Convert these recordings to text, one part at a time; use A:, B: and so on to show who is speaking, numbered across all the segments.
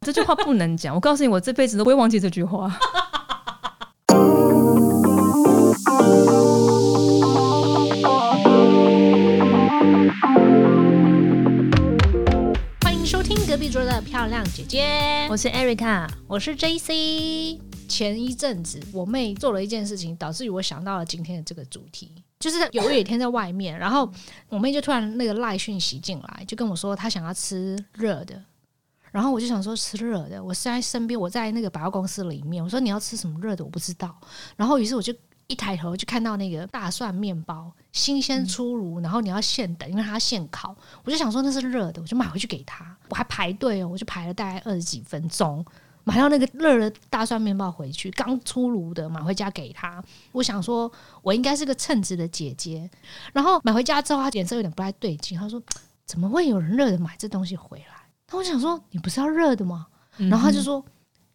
A: 这句话不能讲。我告诉你，我这辈子都不会忘记这句话。
B: 欢迎收听隔壁桌的漂亮姐姐，
A: 我是 Erica，
B: 我是 J C。前一阵子我妹做了一件事情，导致于我想到了今天的这个主题。就是有一天在外面，然后我妹就突然那个赖讯息进来，就跟我说她想要吃热的，然后我就想说吃热的，我是在身边，我在那个百货公司里面，我说你要吃什么热的我不知道，然后于是我就一抬头就看到那个大蒜面包新鲜出炉，然后你要现等，因为它要现烤，我就想说那是热的，我就买回去给她，我还排队哦，我就排了大概二十几分钟，买到那个热的大蒜面包回去，刚出炉的，买回家给他。我想说，我应该是个称职的姐姐。然后买回家之后，他脸色有点不太对劲，他说：“嗯怎么会有人热的买这东西回来？”那我想说，你不是要热的吗？
A: 然
B: 然后他就说，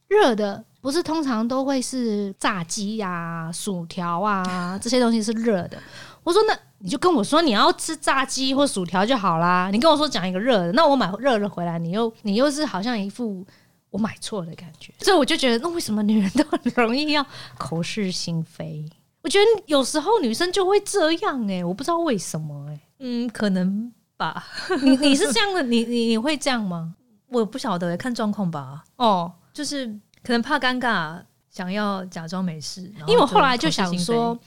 B: 热的不是通常都会是炸鸡呀、薯条啊 这些东西是热的。我说那你就跟我说你要吃炸鸡或薯条就好啦，你跟我说讲一个热的，那我买热的回来，你又你又是好像一副。我买错的感觉，所以我就觉得，那为什么女人都很容易要口是心非？我觉得有时候女生就会这样哎、我不知道为什么哎、
A: 嗯，可能吧，
B: 你你是这样的，你你你会这样吗？
A: 我不晓得，看状况吧，
B: 哦，
A: 就是可能怕尴尬，想要假装没事。然
B: 因为我后来
A: 就
B: 就想
A: 口是心非
B: 说，，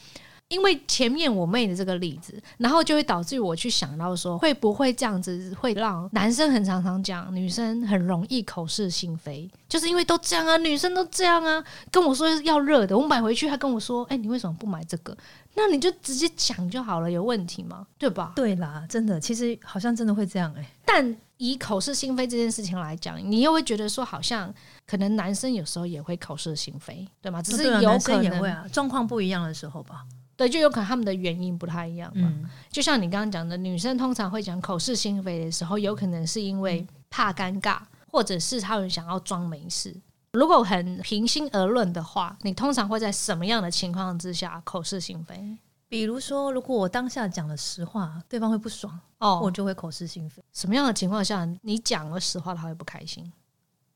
B: 因为前面我妹的这个例子，然后就会导致我去想到说，会不会这样子会让男生很常常讲，女生很容易口是心非，就是因为都这样啊，女生都这样啊，跟我说要热的，我买回去，她跟我说，哎、你为什么不买这个？那你就直接讲就好了，有问题吗？对吧？
A: 对啦，真的，其实好像真的会这样哎、
B: 但以口是心非这件事情来讲，你又会觉得说，好像可能男生有时候也会口是心非，对吗？只是
A: 对啊
B: 有
A: 男
B: 可
A: 生也
B: 能
A: 会啊，状况不一样的时候吧。
B: 对，就有可能他们的原因不太一样嘛。
A: 嗯，
B: 就像你刚刚讲的，女生通常会讲口是心非的时候，有可能是因
A: 嗯
B: 为怕尴尬，或者是他们想要装没事。如果很平心而论的话，你通常会在什么样的情况之下口是心非？
A: 比如说，如果我当下讲了实话，对方会不爽，我
B: 哦，
A: 就会口是心非。
B: 什么样的情况下你讲了实话，他会不开心？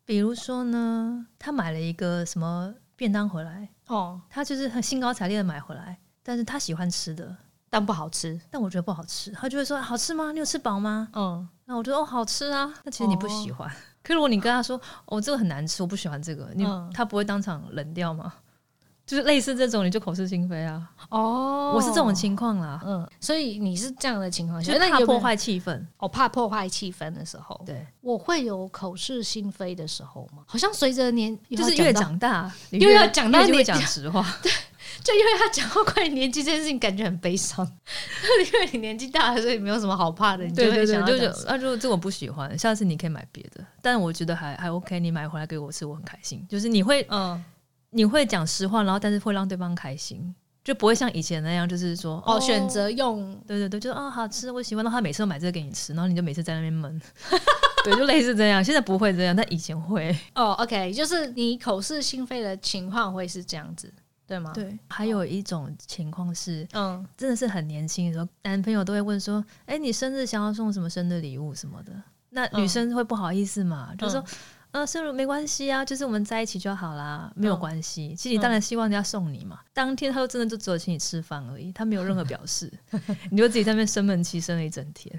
A: 比如说呢，他买了一个什么便当回来，
B: 哦，
A: 他就是很兴高采烈的买回来，但是他喜欢吃的，
B: 但不好吃。
A: 但我觉得不好吃，他就会说好吃吗？你有吃饱吗？
B: 嗯，
A: 那我就哦好吃啊，那其实你不
B: 哦
A: 喜欢。可如果你跟他说哦这个很难吃，我不喜欢这个，你、
B: 嗯
A: 他不会当场冷掉吗？就是类似这种，你就口是心非啊。
B: 哦
A: 我是这种情况啦，
B: 嗯，所以你是这样的情况
A: 就
B: 下，
A: 是
B: 那
A: 怕
B: 你有没
A: 破
B: 有，
A: 坏气氛。
B: 我、怕破坏气氛的时候，
A: 对，
B: 我会有口是心非的时候吗？好像随着年，
A: 就是
B: 又要
A: 越
B: 到，
A: 长大，你
B: 又要讲到
A: 越就会
B: 你
A: 讲 实话。
B: 就因为他讲到关于年纪这件事情，感觉很悲伤， 因为你年纪大了，所以没有什么好怕的，你就
A: 对
B: 会
A: 对对
B: 想，要
A: 就是
B: 讲
A: 啊，如果这我不喜欢，下次你可以买别的。但我觉得还还 OK，你买回来给我吃，我很开心。就是你会
B: 嗯，
A: 你会讲实话，然后但是会让对方开心，就不会像以前那样，就是说
B: 哦，选。择用
A: 对对对，就是啊，好吃，我喜欢。然后他每次都买这个给你吃，然后你就每次在那边闷，对，就类似这样。现在不会这样，但以前会。
B: 哦，OK，就是你口是心非的情况会是这样子，对吗？，
A: 对，还有一种情况是，
B: 嗯，
A: 真的是很年轻的时候，男朋友都会问说：“哎、你生日想要送什么生日礼物什么的？”那
B: 嗯
A: 女生会不好意思嘛，就说
B: 嗯：“
A: 呃，生日没关系啊，就是我们在一起就好啦，没有
B: 嗯
A: 关系。其实你当然希望人家送你嘛。当天他就真的就只有请你吃饭而已，他没有任何表 示，你就自己在那边生闷气生了一整天，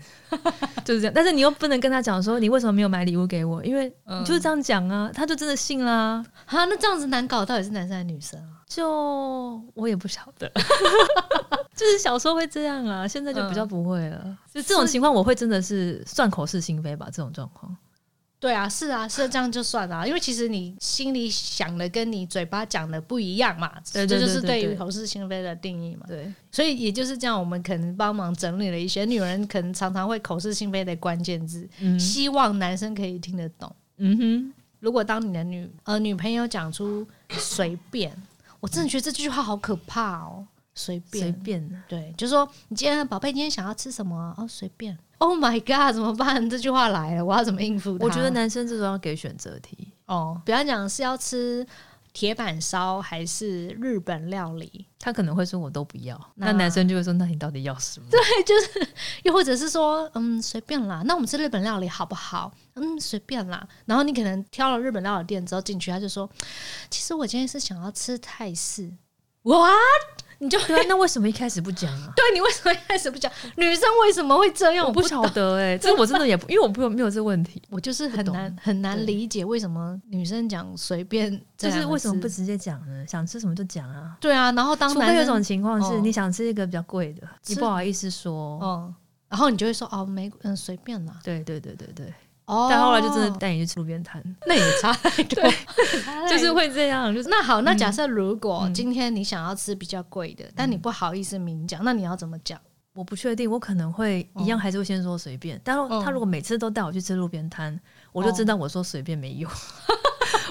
A: 就是这样。但是你又不能跟他讲说你为什么没有买礼物给我，因为
B: 嗯
A: 你就是这样讲啊，他就真的信啦。
B: 啊，那这样子难搞到底是男生还是女生啊？
A: 就我也不晓得， 就是小时候会这样啊，现在就比较不会了。就这种情况，我会真的是算口是心非吧？这种状况，
B: 对啊，是啊，是啊这样就算了 啊、因为其实你心里想的跟你嘴巴讲的不一样嘛，
A: 对
B: 这
A: 对
B: 就是
A: 对对
B: 对于
A: 对
B: 口是心非的定义嘛。
A: 对，
B: 所以也就是这样，我们可能帮忙整理了一些女人可能常常会口是心非的关键字，
A: 嗯
B: 希望男生可以听得懂。
A: 嗯
B: 如果当你的女呃女朋友讲出随便，我真的觉得这句话好可怕哦，随
A: 哼，随
B: 便。
A: 便，
B: 对，就说你今天呃宝贝，今天想要吃什么？哦，随便。Oh my god，怎么办？这句话来了，我要怎么应付他？
A: 我觉得男生这种要给选择题，
B: 哦，比方讲是要吃铁板烧还是日本料理，
A: 他可能会说我都不要，
B: 那
A: 那男生就会说那你到底要什么？
B: 又或者是说，嗯，随便啦，那我们吃日本料理好不好？嗯，随便啦。然后你可能挑了日本料理店之后进去，他就说，其实我今天是想要吃泰式。哇，你就
A: 对啊，那为什么一开始不讲啊？
B: 对你为什么一开始不讲？女生为什么会这样？
A: 我
B: 我
A: 不
B: 不
A: 晓得哎、这个我真的也不，因为我没有没有这问题，
B: 我就是很
A: 不懂
B: 难很难
A: 对
B: 理解为什么女生讲随便这两个
A: 就
B: 字，
A: 是为什么不直接讲呢？想吃什么就讲啊。
B: 对啊？然后当
A: 除
B: 男
A: 非有一
B: 生
A: 种情况是
B: 哦
A: 你想吃一个比较贵的，你
B: 吃
A: 不好意思说。
B: 哦，然后你就会说哦没嗯随便啦，
A: 对对对对对，
B: 哦，
A: 但后来就真的带你去吃路边摊，
B: 那也差太 多， 哎
A: 就是会这样，就是
B: 那好，那假设如果
A: 嗯
B: 今天你想要吃比较贵的，但你不好意思明讲，那你要怎么讲？
A: 我不确定，我可能会一
B: 嗯
A: 样还是会先说随便，但是他如果每次都带我去吃路边摊，我
B: 嗯
A: 就知道我说随便没 用，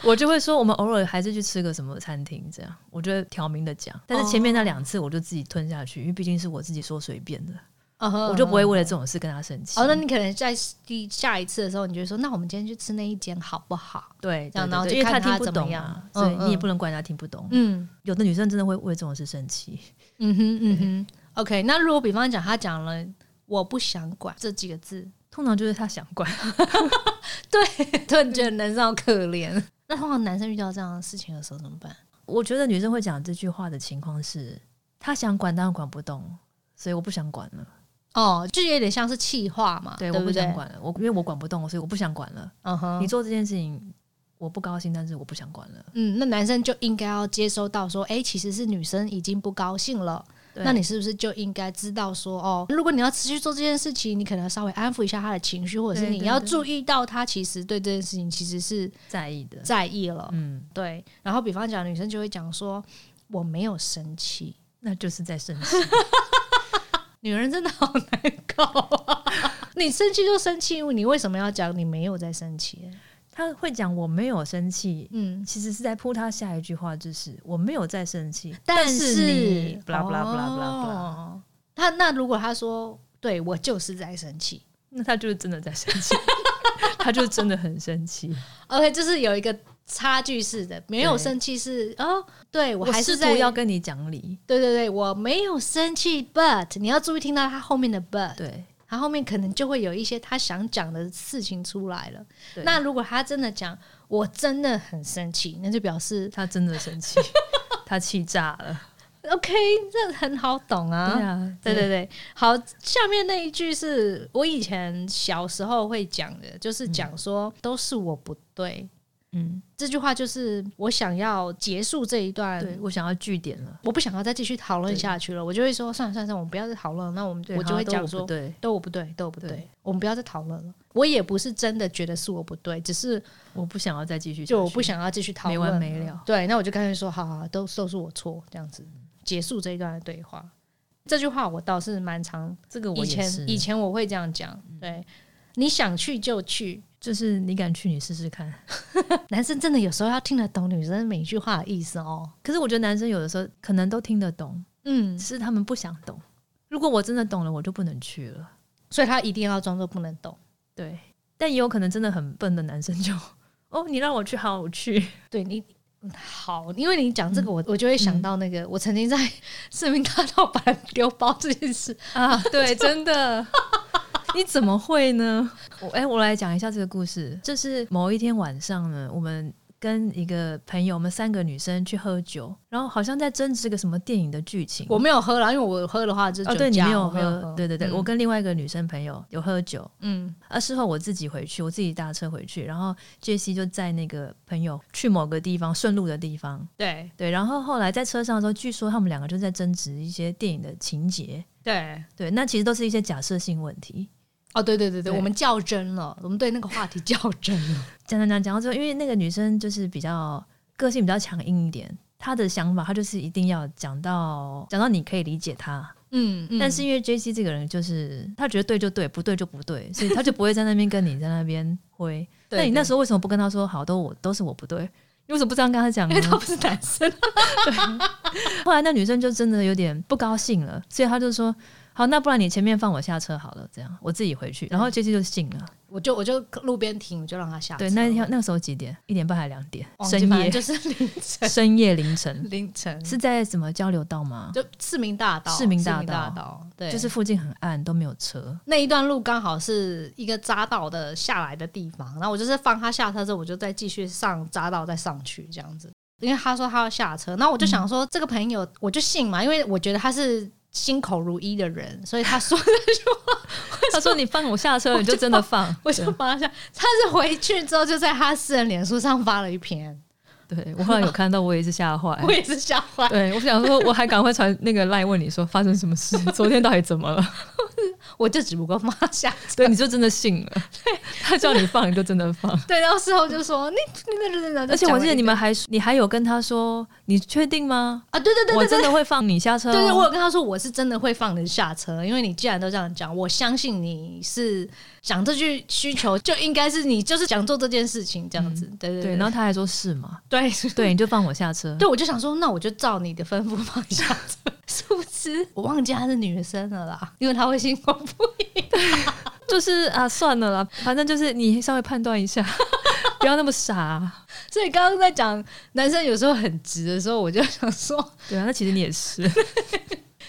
A: 我就会说我们偶尔还是去吃个什么餐厅这样，我就会挑明的讲。但是前面那两次我就自己吞下
B: 哦
A: 去，因为毕竟是我自己说随便的，
B: 我
A: 我就不会为了这种事跟他生气。
B: 嗯哦，那你可能在第下一次的时候，你就说，那我们今天去吃那一间好不好？
A: 对，
B: 这样
A: 对
B: 然后
A: 对
B: 就
A: 因为
B: 看
A: 他
B: 他
A: 听不
B: 怎么
A: 懂
B: 样
A: 啊，
B: 嗯
A: 所以你也
B: 嗯
A: 不能怪他听不懂。
B: 嗯
A: 有的女生真的会为这种事生气，
B: 嗯哼嗯哼，OK。那如果比方讲他讲了我不想管这几个字，
A: 通常就是她想怪。
B: 突然觉得男生好可怜。那通常男生遇到这样的事情的时候怎么办？
A: 我觉得女生会讲这句话的情况是，她想管当然管不动，所以我不想管了。
B: 哦，就有点像是气话嘛，对
A: 我不
B: 对
A: 想。管了，我因为我管不动，所以我不想管了。
B: 嗯哼
A: 你，做这件事情，我不高兴，但是我不想管了。
B: 嗯，那男生就应该要接收到说，哎、其实是女生已经不高兴了。
A: 对
B: 那你是不是就应该知道说，哦，如果你要持续做这件事情，你可能稍微安抚一下他的情绪，或者是
A: 对
B: 你
A: 对
B: 要
A: 对
B: 注意到他其实对这件事情其实是
A: 在意的，
B: 在意了。
A: 嗯，
B: 对，然后比方讲，女生就会讲说，我没有生气。
A: 那就是在生气。
B: 女人真的好难搞啊！ 你生气就生气，你为什么要讲你没有在生气？
A: 她会讲我没有生气，
B: 嗯，
A: 其实是在铺她下一句话，就是我没有在生气，
B: 但
A: 是你，blah blah blah blah blah，
B: 哦他那如果他说，对我就是在生气，
A: 那她就是真的在生气， 她就真的很生气。
B: OK，就是有一个差距式的，没有
A: 对
B: 生气是哦，对我
A: 我
B: 还是
A: 试
B: 在
A: 图要跟你讲理，
B: 对对对，我没有生气，but 你要注意听到他后面的 but，
A: 对，
B: 他后面可能就会有一些他想讲的事情出来了。
A: 对
B: 那如果他真的讲我真的很生气，那就表示
A: 她真的生 气，她气炸了。
B: OK，这很好懂啊。
A: 对啊，
B: 对对对，好，下面那一句是我以前小时候会讲的，就是讲说、都是我不对。
A: 嗯，
B: 这句话就是我想要结束这一段
A: 对我想要据点了。
B: 我不想要再继续讨论下去了，我就会说算了算了，算了，我们不要再讨论了。那我们
A: 对
B: 我就
A: 好
B: 会
A: 都
B: 讲
A: 不
B: 说，
A: 对，
B: 都我不对，都我不对，
A: 对
B: 我们不要再讨论了。我也不是真的觉得是我不对，只是
A: 我不想要再继续，
B: 就我不。想要继续讨论，
A: 没完没了。嗯
B: 对，那我就干脆说，好好，好都都是我错，这样子结束这一段的对话。这句话我倒是蛮常，
A: 这个我
B: 以
A: 也
B: 前
A: 是，嗯
B: 以前我会这样讲，对，你想去就去。
A: 就是你敢去，你试试看。
B: 男生真的有时候要听得懂女生每一句话的意思哦。
A: 可是我觉得男生有的时候可能都听得懂，
B: 嗯
A: 只，是他们不想懂。如果我真的懂了，我就不能去了。
B: 所以他一定要装作不能懂。
A: 对，但也有可能真的很笨的男生就， 哦，你让我去，好，我去。
B: 对你嗯好，因为你讲这个，我、我就会想到那个，我曾经在 市民大道把 人丢包这件事。
A: 啊，对，真的。 你怎么会呢？我哎、我来讲一下这个故事。就是某一天晚上呢，我们跟一个朋友，我们三个女生去喝酒，然后好像在争执个什么电影的剧情。
B: 我没有喝了，因为我喝的话就是
A: 哦，
B: 酒
A: 对你
B: 驾
A: 没
B: 我
A: 有
B: 没有喝
A: 喝，对对对，
B: 嗯
A: 我跟另外一个女生朋友有喝酒，
B: 嗯
A: 啊，事后我自己回去，我自己搭车回去，然后 J C 就载那个朋友去某个地方顺路的地方，
B: 对
A: 对，然后后来在车上的时候，据说他们两个就在争执一些电影的情节，
B: 对
A: 对，那其实都是一些假设性问题。
B: 哦对对对对，
A: 对
B: 我们较真了，我们对那个话题较真了。
A: 讲讲讲讲到最后，因为那个女生就是比较个性比较强硬一点，她的想法她就是一定要讲到讲到你可以理解她，
B: 嗯，嗯
A: 但是因为 J C 这个人就是他觉得对就对，不对就不对，所以他就不会在那边跟你在那边挥。
B: 对
A: 那你那
B: 对
A: 时候为什么不跟他说好，都我都是我不 对？你为什么不这样跟他讲呢
B: 因为？他不是男生，啊
A: 后来那女生就真的有点不高兴了，所以她就说：“好，那不然你前面放我下车好了，这样我自己回去。然后杰西就信了。
B: 我就我就路边停，我就让他下车。
A: 对，那天那个时候几点？一点半还两点？
B: 忘记
A: 深
B: 反正
A: 夜，
B: 就是凌晨，
A: 深夜凌晨
B: 凌晨
A: 是在什么交流道吗？
B: 就市民大道，
A: 市民大
B: 大
A: 道
B: 道对，
A: 就是附近很暗，都没有车。
B: 那一段路刚好是一个匝道的下来的地方，然后我就是放他下车之后，我就再继续上匝道再上去这样子。因为他说他要下车，然后我就想说这个朋友我就信嘛，因为我觉得他是心口如一的人，所以他说
A: 他说你放我下车，你就真的放。
B: 我就帮他下。他是回去之后就在他私人脸书上发了一 篇，
A: 对我后来有看 到，我也是吓坏
B: 我。也是吓坏，
A: 对，我想说，我还赶快传那个赖问你说发生什么事， 昨天到底怎么了？
B: 我就只不过帮他下车。
A: 对，你就真的信了。他叫你放，你就真的放。
B: 对，然后事后就说你你那那那，
A: 而且我记得你
B: 们
A: 们还你还有跟他说，你确定吗？
B: 啊，对对对
A: 我
B: 对
A: 真的会放你下车、哦。
B: 对对，我有跟他说我是真的会放人下车，因为你既然都这样讲，我相信你是讲这句需求就应该是你就是想做这件事情这样子，对对
A: 嗯对，然后他还说是嘛，
B: 对
A: 对，你就放我下车。
B: 对，我就想说，那我就照你的吩咐放下车，殊不知我忘记她是女生了啦，因为她会心口不
A: 就是啊，算了啦，反正就是你稍微判断一 下，不要那么傻、
B: 一，所以刚刚在讲男生有时候很直的时候，我就想说，
A: 对啊，那其实你也 是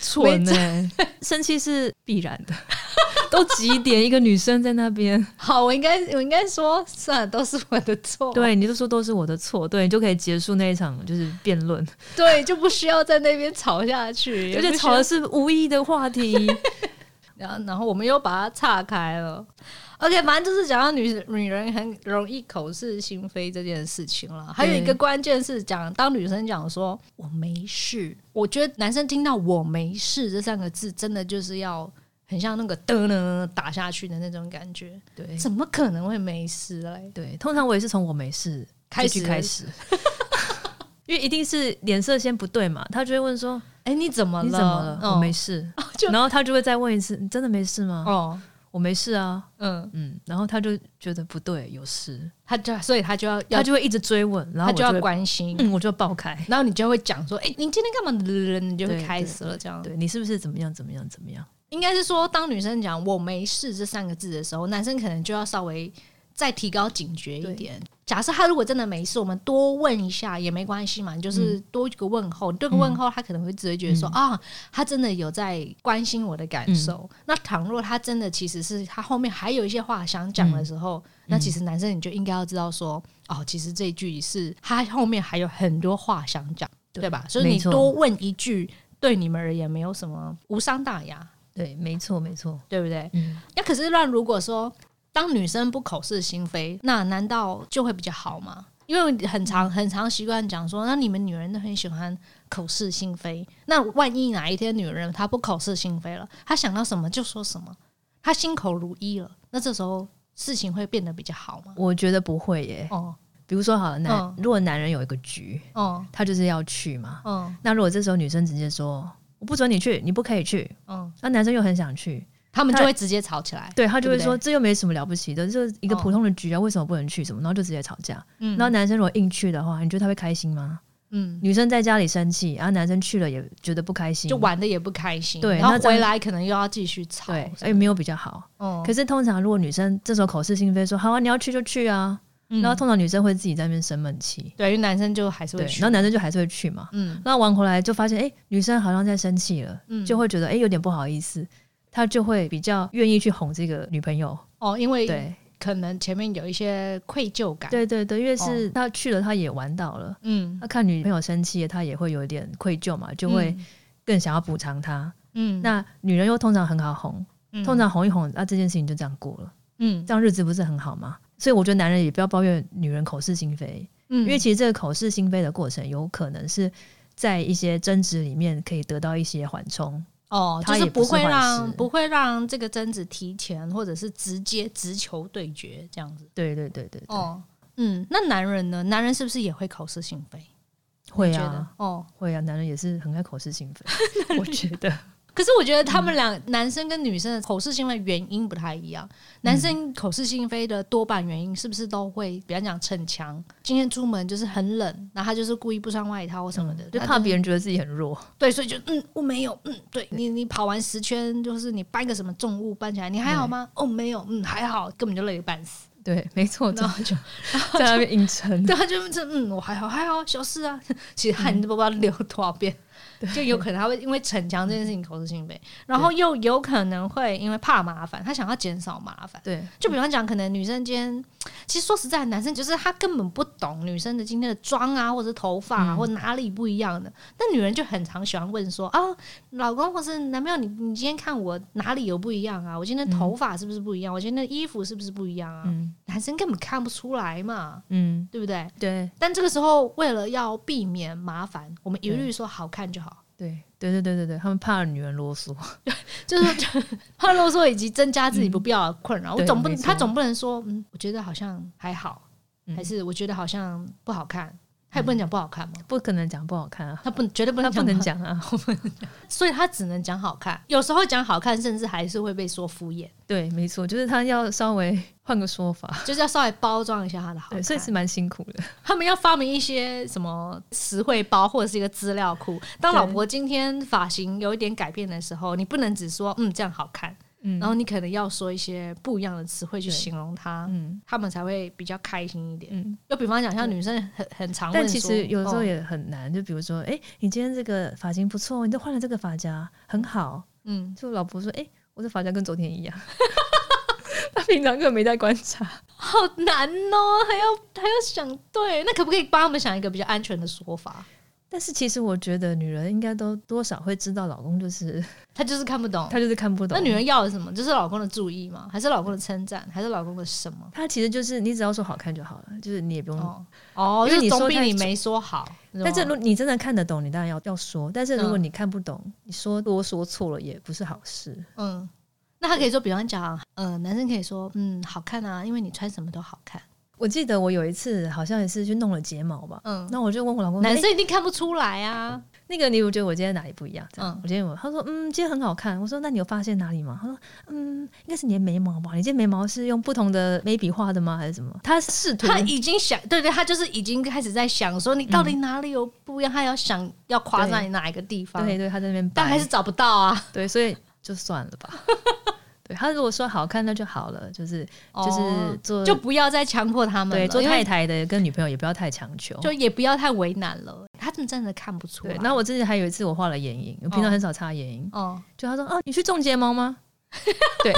A: 蠢呢、 生气是必然的， 都几点一个女生在那边，
B: 好，我应该我应该说算了，都是我的错，
A: 对，你就说都是我的错，对你就可以结束那一场就是辩论，
B: 对，就不需要在那边吵下去，
A: 而且吵的是无意义的 话题。
B: 然后，然后我们又把它岔开了。OK，反正就是讲到女女人很容易口是心非这件事情了。还有一个关键是讲，当女生讲说“我没事”，我觉得男生听到“我没事”这三个字，真的就是要很像那个噔噔打下去的那种感觉。
A: 对
B: 怎么可能会没事嘞？
A: 对，通常我也是从我没事
B: 开
A: 继续
B: 始
A: 开始。 因为一定是脸色先不对嘛，他就会问说
B: 哎，你怎么了？
A: 你怎么了？
B: 嗯、
A: 我没事，
B: 就
A: 然后他就会再问一次，你真的没事吗？
B: 哦，
A: 我没事啊，
B: 嗯，
A: 嗯，然后他就觉得不对，有事，
B: 他就所以他就要
A: 他
B: 要
A: 就会一直追问，然后
B: 他
A: 我
B: 就要
A: 会
B: 关心，
A: 嗯，我就爆开，
B: 然后你就会讲说：“哎，你今天干嘛？”你就会
A: 对
B: 开
A: 对
B: 始了这样。
A: 对你是不是怎么样怎么样怎么样？
B: 应该是说，当女生讲“我没事”这三个字的时候，男生可能就要稍微再提高警觉一点。假设他如果真的没事，我们多问一下也没关系嘛，你
A: 嗯
B: 就是多一个问候，你对个问候，他可能会直接觉得说、啊，他真的有在关心我的
A: 嗯
B: 感受。那倘若他真的其实是他后面还有一些话想讲
A: 嗯
B: 的时候，那其实男生你就应该要知道说，哦，其实这一句是他后面还有很多话想讲，
A: 对
B: 对吧？所以你
A: 没错
B: 多问一句，对你们而言没有什么无伤大雅。
A: 对，没错没错，
B: 对不对？
A: 嗯，
B: 那可是那如果说当女生不口是心非，那难道就会比较好吗？因为很常很常习惯讲说，那你们女人都很喜欢口是心非。那万一哪一天女人她不口是心非了，她想到什么就说什么，她心口如一了，那这时候事情会变得比较好吗？
A: 我觉得不会耶。
B: 哦
A: 比如说好了，男、
B: 嗯
A: 如果男人有一个局，
B: 哦
A: 他就是要去嘛，
B: 哦
A: 那如果这时候女生直接说我不准你去，你不可以去，
B: 哦，
A: 那男生又很想去，
B: 他们就会直接吵起来。
A: 对他就会
B: 对不对
A: 说这又没什么了不起的，就是一个
B: 哦
A: 普通的局啊，为什么不能去什么？然后就直接吵架。
B: 嗯
A: 然后男生如果硬去的话，你觉得他会开心吗？
B: 嗯，
A: 女生在家里生气，然后男生去了也觉得不开心，
B: 就玩的也不开心，
A: 对
B: 然后
A: 那这样
B: 回来可能又要继续吵。
A: 对，而且没有比较好。
B: 哦，
A: 可是通常如果女生这时候口是心非说好啊，你要去就去啊，
B: 嗯
A: 然后通常女生会自己在那边生闷气，
B: 对，因为男生就还是
A: 对
B: 会，去
A: 然后男生就还是会去嘛。
B: 嗯
A: 那玩回来就发现，哎、女生好像在生气了，
B: 嗯
A: 就会觉得哎、诶有点不好意思，他就会比较愿意去哄这个女朋友。
B: 哦，因为
A: 对，
B: 可能前面有一些愧疚感。，
A: 对对对，因为是他去了，他也玩到了，
B: 哦嗯，
A: 他看女朋友生气，他也会有一点愧疚嘛，就会更想要补偿她。
B: 嗯，
A: 那女人又通常很好哄，
B: 那
A: 通常哄一哄，那、啊这件事情就这样过了，
B: 嗯
A: 这样日子不是很好吗？所以我觉得男人也不要抱怨女人口是心非，
B: 嗯，
A: 因为其实这个口是心非的过程，有可能是在一些争执里面可以得到一些缓冲。
B: 哦，就
A: 他
B: 是
A: 也不是
B: 会
A: 坏
B: 让
A: 事
B: 不会让这个争执提前，或者是直接直球对决这样子。
A: 对对对对对，
B: 哦，嗯，那男人呢？男人是不是也会口是心非？
A: 会
B: 你觉
A: 啊
B: 得，哦，
A: 会啊，男人也是很爱口是心非，我觉得。
B: 可是我觉得他们俩男生跟女生的口是心非的原因不太一
A: 嗯
B: 样。男生口是心非的多半原因是不是都会，比方讲逞强？今天出门就是很冷，然后他就是故意不穿外套或什么的，
A: 嗯就
B: 他
A: 怕别人觉得自己很弱。
B: 对，所以就嗯，我没有，嗯，对你，你跑完十圈，就是你搬个什么重物搬起来，你还好吗？哦，没有，嗯，还好，根本就累得半死。
A: 对，没错，在
B: 然后就，
A: 在那边硬 撑。
B: 对，他就这，嗯，我还好，还好，小事啊。 其实汗都不知道流多少 遍，就有可能他会因为逞强这件事情口是心非，然后又有可能会因为怕麻烦，他想要减少麻烦。
A: 对，
B: 就比方讲，可能女生间，其实说实在，男生就是他根本不懂女生的今天的妆啊，或者是头发、啊，
A: 嗯
B: 或者哪里不一样的。那女人就很常喜欢问说：“啊，老公或是男朋友，你你今天看我哪里有不一样啊？我今天的头发是不是不一样？我今天的衣服是不是不一样啊？”
A: 嗯
B: 男生根本看不出来嘛，
A: 嗯，
B: 对不对？
A: 对
B: 但这个时候，为了要避免麻烦，我们一律说好看就好，
A: 对对对对对对，他们怕女人啰嗦。
B: 就是 就怕啰嗦以及增加自己不必要的困扰。我
A: 对
B: 总不能
A: 没错
B: 他总不能说，嗯，我觉得好像还好。
A: 嗯
B: 还是我觉得好像不好看，他也不能讲不好看嘛，
A: 不可能讲不好看啊，
B: 他不绝对不
A: 他
B: 能
A: 不
B: 讲
A: 能
B: 好，
A: 讲啊。
B: 所以他只能讲好看。有时候讲好看，甚至还是会被说敷 衍，
A: 对，没错，就是他要稍微换个说法，
B: 就是要稍微包装一下他的好
A: 对，
B: 看。
A: 所以是蛮辛苦的。
B: 他们要发明一些什么词汇包或者是一个资料库。当
A: 对
B: 老婆今天发型有一点改变的时候，你不能只说嗯这样好看，
A: 嗯，
B: 然后你可能要说一些不一样的词汇去
A: 对
B: 形容它，
A: 嗯
B: 他们才会比较开心一点。
A: 嗯，
B: 就比方讲，像女生很很常问
A: 但
B: 说，
A: 其实有时候
B: 哦
A: 也很难，就比如说，哎、你今天这个发型不错，你都换了这个发夹，很好。
B: 嗯，
A: 就老婆说，哎、我的发夹跟昨天一样。 他平常根本没在观察，
B: 好难哦，还要还要想对，那可不可以帮他们想一个比较安全的说法？
A: 但是其实我觉得女人应该都多少会知道，老公就是
B: 他就是看不懂。
A: 他就是看不懂。
B: 那女人要的是什么？就是老公的注意吗？还是老公的称赞？还是老公的什么？
A: 她其实就是你只要说好看就好了，就是你也不用。
B: 哦哦，
A: 因为
B: 就是
A: 你说
B: 总比
A: 他
B: 你没说好。
A: 但是
B: 知
A: 如
B: 道吗
A: 果你真的看得懂，你当然要要说。但是如果
B: 嗯
A: 你看不懂，你说多说错了也不是好事。
B: 嗯，那他可以说，比方讲，呃，男生可以说，嗯，好看啊，因为你穿什么都好看。
A: 我记得我有一次好像也是去弄了睫毛吧，
B: 嗯，
A: 那我就问我老公，
B: 男
A: 诶
B: 生一定看不出来啊。
A: 那个你我觉得我今天哪里不一样？这样，
B: 嗯
A: 我今天我他说嗯，今天很好看。我说那你有发现哪里吗？他说嗯，应该是你的眉毛吧？你这眉毛是用不同的眉笔画的吗？还是什么？他试图
B: 他已经想，对对，他就是已经开始在想说，你到底哪里有不一样？他要想要夸赞你哪一个地方，
A: 对对，他在那边
B: 但还
A: 掰
B: 是找不到啊。
A: 对，所以就算了吧。对他如果说好看那就好了，就是就是
B: 哦
A: 做
B: 就不要再强迫他们
A: 对
B: 了，
A: 做
B: 因
A: 太
B: 为
A: 太的跟女朋友也不要太强求。
B: 就也不要太为难了。他们真的看不出来。
A: 对，然后我之前还有一次我画了眼影，我
B: 嗯
A: 平常很少擦眼影，
B: 哦，
A: 就他说啊，你去种睫毛吗？ 对，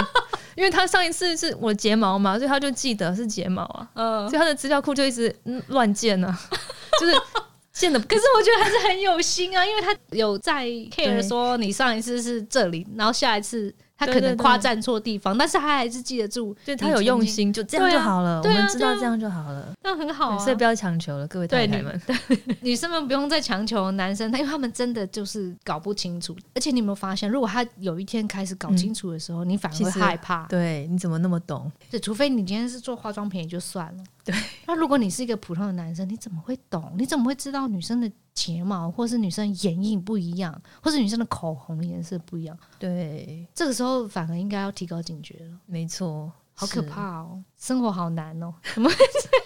A: 因为他上一次是我的睫毛嘛，所以他就记得是睫毛啊，
B: 嗯、
A: 所以他的资料库就一直嗯乱建呢、啊， 就是建的
B: 可是我觉得还是很有心啊，因为他有在 care
A: 对
B: 说你上一次是这里，然后下一次他
A: 对
B: 可
A: 对
B: 能
A: 对
B: 夸赞错地方，但是他还是记得住，
A: 对他有用心，就这样
B: 对
A: 就
B: 啊
A: 好了，我
B: 对啊
A: 们知道
B: 对啊
A: 这样就好了，
B: 那很好
A: 对
B: 啊。
A: 所以不要强求了，各位太
B: 对
A: 太
B: 你
A: 哦们，
B: 女生们不用再强求男生，因为他们真的就是搞不清楚。而且你有没有发现，如果他有一天开始搞清楚的时候，你反而嗯
A: 其
B: 会
A: 实
B: 害怕。
A: 对，你怎么那么懂？
B: 对，除非你今天是做化妆品也就算了。
A: 对，
B: 那如果你是一个普通的男生，你怎么会懂？你怎么会知道女生的睫毛，或是女生眼影不一样，或是女生的口红颜色不一样？
A: 对，
B: 这个时候反而应该要提高警觉了。
A: 没错，
B: 好
A: 是
B: 可。怕哦，生活好难 哦，怎么会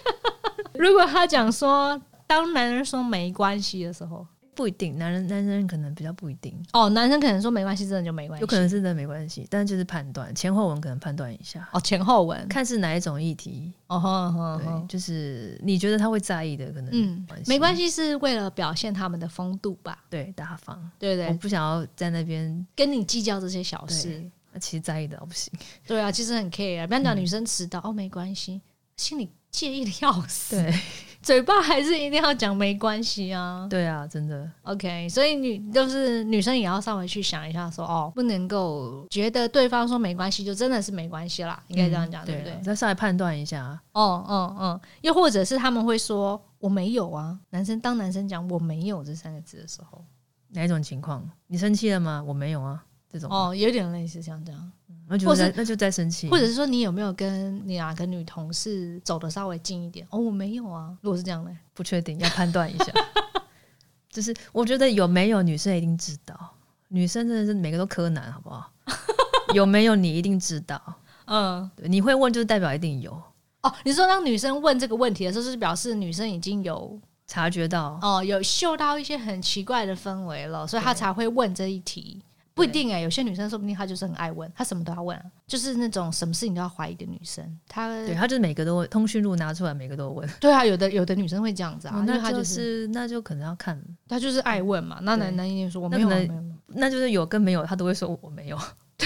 B: 这样？如果他讲说，当男人说没关系的时候，
A: 不一定，男人男人可能比较不一定，
B: 哦，男生可能说没关系，真的就没关系，
A: 有可能是真的没关系，但就是判断前后文可能判断一下，
B: 哦前后文，
A: 看是哪一种议题，
B: 哦吼吼吼
A: 对，就是你觉得他会在意的，可能
B: 嗯，没
A: 系，
B: 关系，是为了表现他们的风度吧，
A: 对，大方，
B: 对不
A: 我
B: 对？
A: 不想要在那边，
B: 跟你计较这些小
A: 哦对嗯
B: 事，
A: 那其实在意的我不行，
B: 对啊，其实很 care 啊。不要讲女生迟到、哦，没关系，心里介意的要死，
A: 对，
B: 嘴巴还是一定要讲没关系啊。
A: 对啊，真的，
B: OK，所以女就是女生也要稍微去想一下说哦，不能够觉得对方说没关系就真的是没关系啦，应该这样讲，
A: 嗯
B: 对
A: 对
B: 不对
A: 啊？再上来判断一下，啊
B: 哦，嗯嗯，又或者是他们会说我没有啊，男生当男生讲我没有这三个字的时候，
A: 哪一种情况，你生气了吗？我没有啊，这种，
B: 哦，有点类似像这样，
A: 那就
B: 或是
A: 在那就再生气，
B: 或者是说你有没有跟你哪个女同事走的稍微近一点？哦，我没有啊，如果是这样的，
A: 不确定，要判断一下。就是我觉得有没有女生一定知道，女生真的是每个都柯南，好 不好？有没有你一定知道，
B: 嗯，
A: 对你会问就是代表一定有
B: 哦，你说当女生问这个问题的时候，就是表示女生已经有
A: 察觉到。
B: 哦有嗅到一些很奇怪的氛围了，所以她
A: 对
B: 才会问这一题。不一定哎、有些女生说不定她就是很爱问，她什么都要问、啊，就是那种什么事情都要怀疑的女生。她
A: 对他就是每个都问，通讯录拿出来，每个都问。
B: 对啊，有的有的女生会这样子啊，
A: 哦
B: 因为
A: 那
B: 她
A: 就
B: 就是
A: 是那就可能要看，
B: 她就是爱问嘛。那
A: 对
B: 男男一定说我
A: 那
B: 没有啊
A: 可
B: 没
A: 能
B: 有啊。没有啊
A: 那就是有跟没有，他都会说我没有。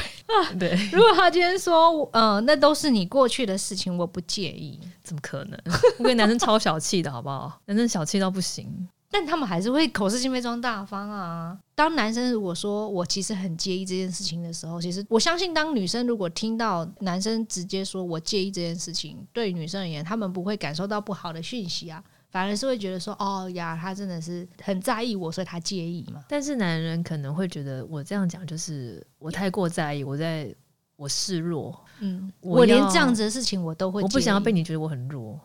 A: 对，
B: 如果他今天说，呃，那都是你过去的事情，我不介意，
A: 怎么可能？ 我跟男生超小气的好不好？ 男生小气到不行。
B: 但他们还是会口是心非装大方啊。当男生如果说我其实很介意这件事情的时候，其实我相信，当女生如果听到男生直接说我介意这件事情，对女生而言，他们不会感受到不好的讯息啊，反而是会觉得说，哦呀，他真的是很在意我，所以他介意嘛。
A: 但是男人可能会觉得我这样讲就是我太过在意，我在我示弱，
B: 嗯，
A: 我
B: 我连
A: 要
B: 这样子的事情我都会介意，
A: 我不想要被你觉得我很弱，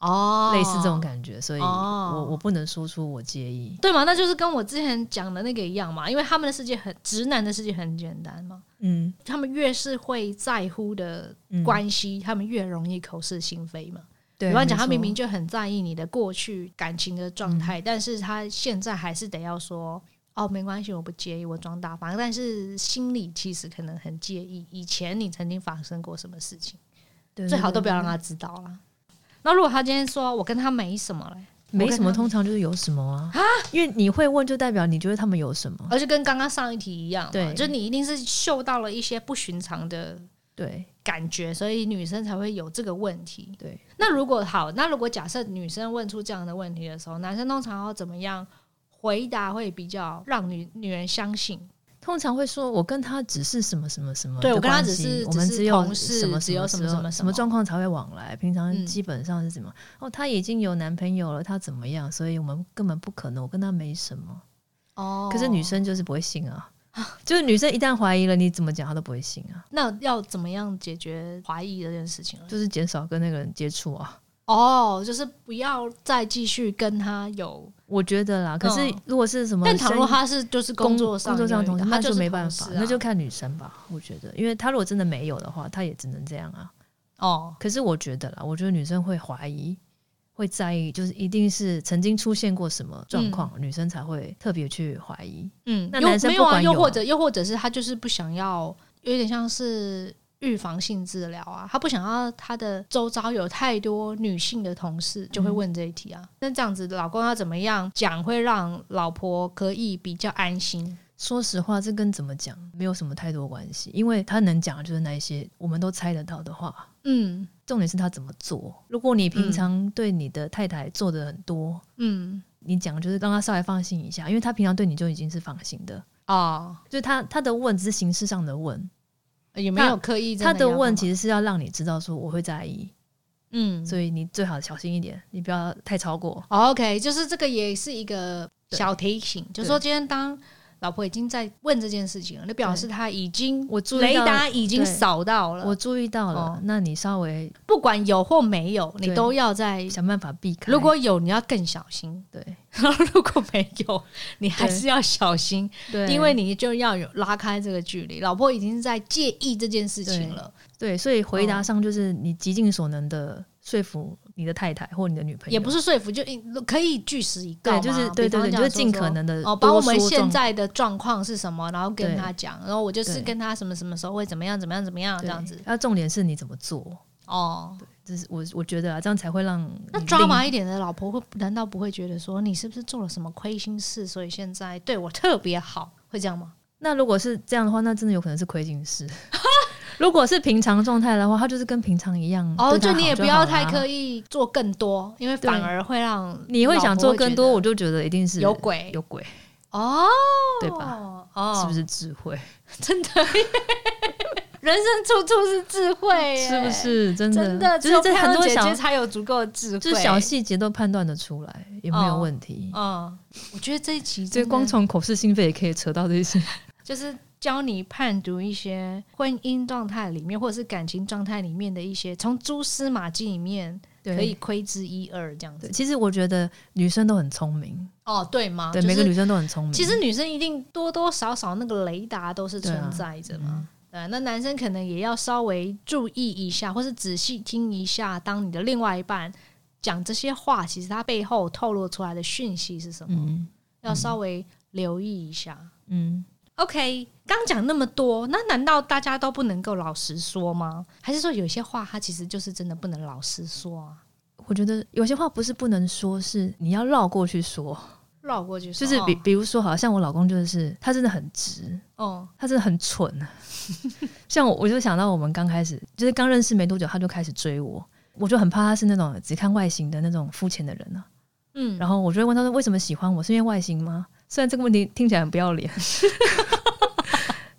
B: 哦，
A: 类似这种感觉，所以
B: 哦
A: 我我不能说出我介意。
B: 对嘛？那就是跟我之前讲的那个一样嘛，因为他们的世界很直男的世界很简单嘛，
A: 嗯，
B: 他们越是会在乎的关系，他们越容易口是心非嘛。
A: 对，
B: 比方讲，他
A: 没
B: 明
A: 错
B: 明就很在意你的过去感情的状态，
A: 嗯
B: 但是他现在还是得要说。哦，没关系，我不介意，我装大方，但是心里其实可能很介意。以前你曾经发生过什么事情，
A: 对
B: 最好都不要让
A: 对
B: 他知道啦。那如果他今天说我跟他没什么嘞，
A: 对没什么，
B: 我跟他
A: 通常就是有什么啊，因为你会问，就代表你觉得他们有什么。
B: 而且跟刚刚上一题一样嘛，
A: 对
B: 就你一定是嗅到了一些不寻常的
A: 对
B: 感觉，所以女生才会有这个问题。
A: 对，
B: 那如果好，那如果假设女生问出这样的问题的时候，男生通常要怎么样回答会比较让女女人相信？
A: 通常会说我跟他只是什么什么什么
B: 对
A: 的
B: 我跟他
A: 关
B: 只
A: 系
B: 是
A: 我们
B: 只是
A: 有
B: 同事
A: 什么
B: 只有
A: 什
B: 什么
A: 时候
B: 什么
A: 什么
B: 什么
A: 状况才会往来，平常
B: 嗯
A: 基本上是怎么？哦，他已经有男朋友了，他怎么样？所以我们根本不可能，我跟他没什么。
B: 哦
A: 可是女生就是不会 信啊，就是女生一旦怀疑了，你怎么讲她都不会信啊，
B: 那要怎么样解决怀疑这件事情呢？
A: 就是减少跟那个人接触啊。
B: 哦，就是不要再继续跟他有。
A: 我觉得啦，可是
B: 嗯
A: 如果是什么生，
B: 但倘若他是就是工作上
A: 工作上
B: 有
A: 的
B: 一个
A: 同事，
B: 他
A: 那
B: 就是
A: 没办
B: 同
A: 法
B: 事，啊
A: 那就看女生吧。我觉得，因为她如果真的没有的话，她也只能这样啊。
B: 哦
A: 可是我觉得啦，我觉得女生会怀疑，会在意，就是一定是曾经出现过什么状况，女生才会特别去怀疑。
B: 嗯，
A: 那
B: 又
A: 男生
B: 没有
A: 不
B: 啊？
A: 管有
B: 又
A: 啊
B: 或者又或者是他就是不想要，有点像是呃预防性治疗啊，他不想要他的周遭有太多女性的同事，就会问这一题
A: 嗯
B: 啊。那这样子，老公要怎么样讲会让老婆可以比较安心？
A: 说实话，这跟怎么讲没有什么太多关系，因为她能讲的就是那一些我们都猜得到的话。
B: 嗯
A: 重点是她怎么做。如果你平常对你的太太做的很多，
B: 嗯
A: 你讲就是让她稍微放心一下，因为她平常对你就已经是放心的。
B: 哦，
A: 就是她她的问只是形式上的问，
B: 也没有刻意真
A: 她的
B: 要干
A: 问
B: 嘛
A: 其实是要让你知道说我会在意，
B: 嗯，
A: 所以你最好小心一点，你不要太超过。
B: 哦 OK，就是这个也是一个
A: 对
B: 小提醒，就说今天当。老婆已经在问这件事情了，那表示她已经
A: 我注意
B: 雷
A: 到
B: 达已经
A: 对
B: 扫到了，
A: 我注意到了，
B: 哦
A: 那你稍微
B: 不管有或没有，你
A: 对
B: 都要在。
A: 想办法避开。
B: 如果有，你要更小心；
A: 对
B: 然后如果没有，你还是要小心，
A: 对，
B: 因为你就要有拉开这个距离。老婆已经在介意这件事情了，
A: 对，所以回
B: 哦
A: 答上就是你极尽所能的说服你的太太或你的女朋友，
B: 也不是说服，就嗯可以据实以告
A: 对，
B: 嘛。
A: 就是对
B: 比方
A: 对对，你
B: 讲
A: 就
B: 说
A: 是尽可能的
B: 哦，把我们现在的状况是什么，然后跟他讲，然后我就是
A: 对
B: 跟他什么什么时候会怎么样怎么样怎么样
A: 这
B: 这样子。
A: 那重点是你怎么做，
B: 哦，
A: 这是我我觉得啊，这样才会让
B: 那
A: 你
B: 抓
A: 另
B: 马一点的老婆会难道不会觉得说你是不是做了什么亏心事，所以现在对我特别好，会这样吗？
A: 那如果是这样的话，那真的有可能是亏心事。 如果是平常状态的话，他就是跟平常一样。
B: 哦，
A: 对他
B: 就
A: 好就
B: 你也不要太
A: 意，
B: 刻意做更多，因为
A: 对
B: 反而会让
A: 你会想做更多，
B: 老婆
A: 我就觉得一定是
B: 会觉得有鬼
A: 有鬼，
B: 哦，
A: 对吧？？
B: 哦，
A: 是不？是智慧？
B: 真的 耶，人生处处是智慧耶，
A: 是不是真的？
B: 真的？
A: 就是
B: 只有
A: 这很多
B: 漂亮姐
A: 小
B: 姐，才有足够的智慧，
A: 就是小细节都判断得出来，也没有问题。
B: 嗯，我觉得这一集
A: 所以
B: 哦真
A: 光
B: 的
A: 从口是心非也可以扯到这 些。
B: 就是教你判读一些婚姻状态里面，或者是感情状态里面的一些，从蛛丝马迹里面
A: 对
B: 可以窥之一二这样
A: 对，
B: 子。
A: 其实我觉得女生都很聪明，
B: 哦，对吗？
A: 对，
B: 就
A: 每个
B: 是
A: 女生都很聪明。
B: 其实女生一定多多少少那个雷达都是存在着
A: 啊
B: 嘛。对,、啊那男生可能也要稍微注意一下，或是仔细听一下，当你的另外一半讲这些话，其实他背后透露出来的讯息是什么，
A: 嗯
B: 要稍微留意一下。
A: 嗯，
B: OK，刚讲那么多，那难道大家都不能够老实说吗？还是说有些话他其实就是真的不能老实说啊？
A: 我觉得有些话不是不能说，是你要绕过去说。
B: 绕过去说，啊
A: 就是比比如说，好像我老公就是他真的很直，
B: 哦，
A: 他真的很蠢啊。 像我，我就想到我们刚开始就是刚认识没多久，他就开始追我，我就很怕他是那种只看外形的那种肤浅的人啊。
B: 嗯，
A: 然后我就会问他说：“为什么喜欢我？是因为外形吗？”虽然这个问题听起来很不要脸，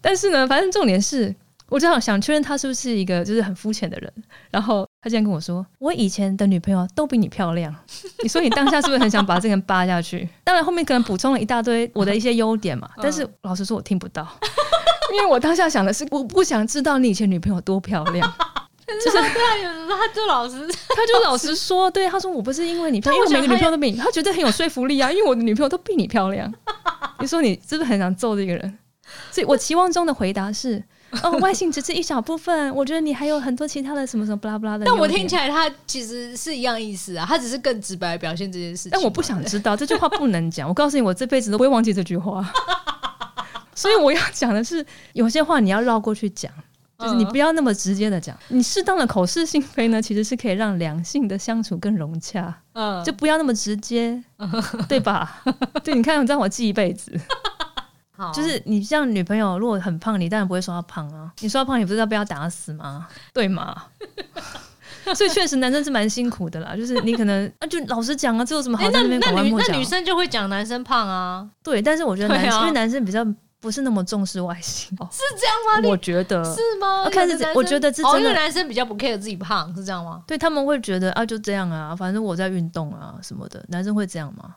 A: 但是呢，反正重点是，我就想想确认他是不是一个就是很肤浅的人。然后他竟然跟我说：“我以前的女朋友都比你漂亮。” 你说你当下是不是很想把这个人扒下去？当然，后面可能补充了一大堆我的一些优点嘛，但是老实说，我听不到， 因为我当下想的是，我不想知道你以前女朋友多漂亮。
B: 就是他啊有他就老实
A: 他就老实说，对他说我不是因为你漂亮，因为
B: 但我想
A: 我每个女朋友都比你，他觉得很有说服力啊，因为我的女朋友都比你 漂亮。你说你是不是很想揍这个人？所以我期望中的回答 是，哦，外形只是一小部分，我觉得你还有很多其他的什么什么巴拉巴拉的。
B: 但我听起，来他其实是一样意思啊，他只是更直白地表现这件事情。
A: 但我不想知道这句话不能讲。我告诉你，我这辈子都不会忘记这句 话。所以我要讲的是，有些话你要绕过去讲。
B: 嗯
A: 就是你不要那么直接的讲，你适当的口是心非呢，其实是可以让两性的相处更融洽。
B: 嗯，
A: 就不要那么 直接，对吧？对，你看，你让我记一辈子。
B: 好
A: 就是你像女朋友，如果很胖，你当然不会说她胖啊。你说她胖，你不是要被她打死吗？对吗？所以确实，男生是蛮辛苦的啦。 就是你可能啊，就老实讲啊，这有什么好
B: 诶
A: 在
B: 哎那
A: 那边拐
B: 那
A: 弯
B: 女
A: 抹
B: 那
A: 角
B: 女？生就会讲男生胖啊，
A: 对，但是我觉得男
B: 对啊哦
A: 生，因为男生比较不是那么重视外形，
B: 是这样吗？你
A: 我觉得
B: 是吗？
A: 我看是
B: 有的男生
A: 我觉得是真的
B: 哦，因为男生比较不 care 自己胖，是这样吗？
A: 对他们会觉得啊，就这样啊，反正我在运动啊什么的。男生会这样吗？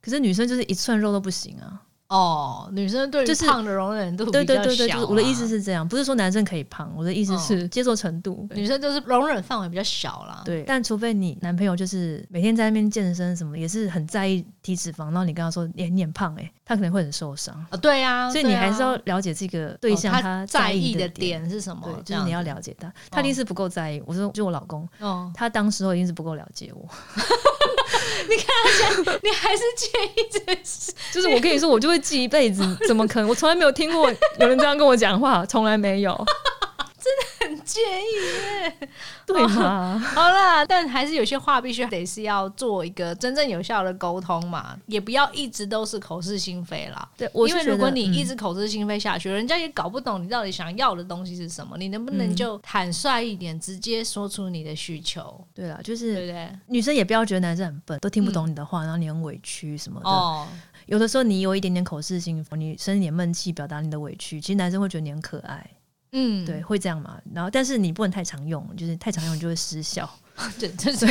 A: 可是女生就是一寸肉都不行啊。
B: 哦，女生对于
A: 就是
B: 胖的容忍度比较
A: 对对
B: 小啊哦
A: 对对，就是我的意思，是这样，不是说男生可以胖，我的意思是接受程度。
B: 女生就是容忍范围比较小啦。
A: 对，但除非你男朋友就是每天在那边健身什么，也是很在意体脂肪，然后你跟他说你你很胖哎、他可能会很受伤，
B: 啊，对啊，
A: 所以你
B: 对啊
A: 还是要了解这个对
B: 哦
A: 象
B: 他
A: 在
B: 在意的。
A: 的
B: 点是什么
A: 对，？
B: 这
A: 就是
B: 样
A: 你要了解他，他一定是不够在意。我说，就我老公，
B: 哦，
A: 他当时候一定是不够了解我。
B: 你还是 介意这件事？
A: 就是我 跟你说，我就会记一辈子，怎么可能？我从来没有听过有人这样跟我讲话，从来没有，
B: 很介意耶。
A: 对 吗？
B: 好啦，但还是有些话必须得是要做一个真正有效的沟通嘛，也不要一直都是口是心非啦。
A: 对，我是
B: 因为
A: 觉
B: 如果
A: 得
B: 你
A: 嗯
B: 一直口是心非下去，人家也搞不懂你到底想要的东西是什么。你能不能
A: 嗯
B: 就坦率一点，直接说出你的需求，
A: 嗯对啦，就是
B: 对不对？
A: 女生也不要觉得男生很笨，都听不懂你的话，然后你很委屈什么的。
B: 嗯哦，
A: 有的时候你有一点点口是心非，你生一点闷气，表达你的委屈，其实男生会觉得你很可爱，
B: 嗯，
A: 对，会这样嘛。然后，但是你不能太常用，就是太常用就会 失效。
B: 对，这是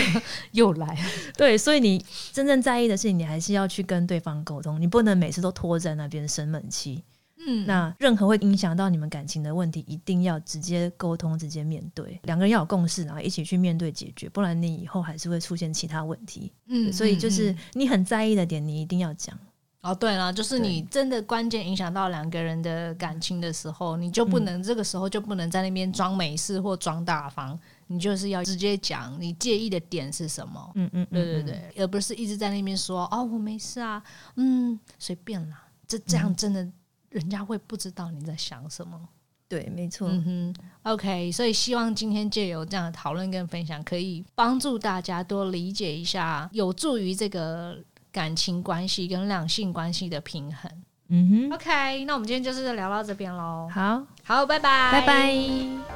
B: 又来了。
A: 对，所以你真正在意的事情，你还是要去跟对方沟通，你不能每次都拖在那边生闷气。
B: 嗯，
A: 那任何会影响到你们感情的问题，一定要直接沟通，直接面对，两个人要有共识，然后一起去面对解决，不然你以后还是会出现其他问题。
B: 嗯
A: 所以就
B: 嗯
A: 是
B: 嗯
A: 你很在意的点，你一定要讲。
B: 哦，对了，就是
A: 对
B: 你真的关键影响到两个人的感情的时候，你就不
A: 嗯
B: 能、这个时候就不能在那边装没事或装大方，你就是要直接讲你介意的点是什么。
A: 嗯嗯，
B: 对对，对，而不是一直在那边说哦，我没事啊，嗯，随便啦。这这
A: 嗯
B: 样真的，人家会不知道你在想什么。
A: 对，没错。
B: 嗯哼，OK，所以希望今天借由这样的讨论跟分享，可以帮助大家多理解一下，有助于这个感情关系跟两性关系的平衡。
A: 嗯哼，
B: OK，那我们今天就是聊到这边喽。
A: 好，
B: 好，拜拜，
A: 拜拜。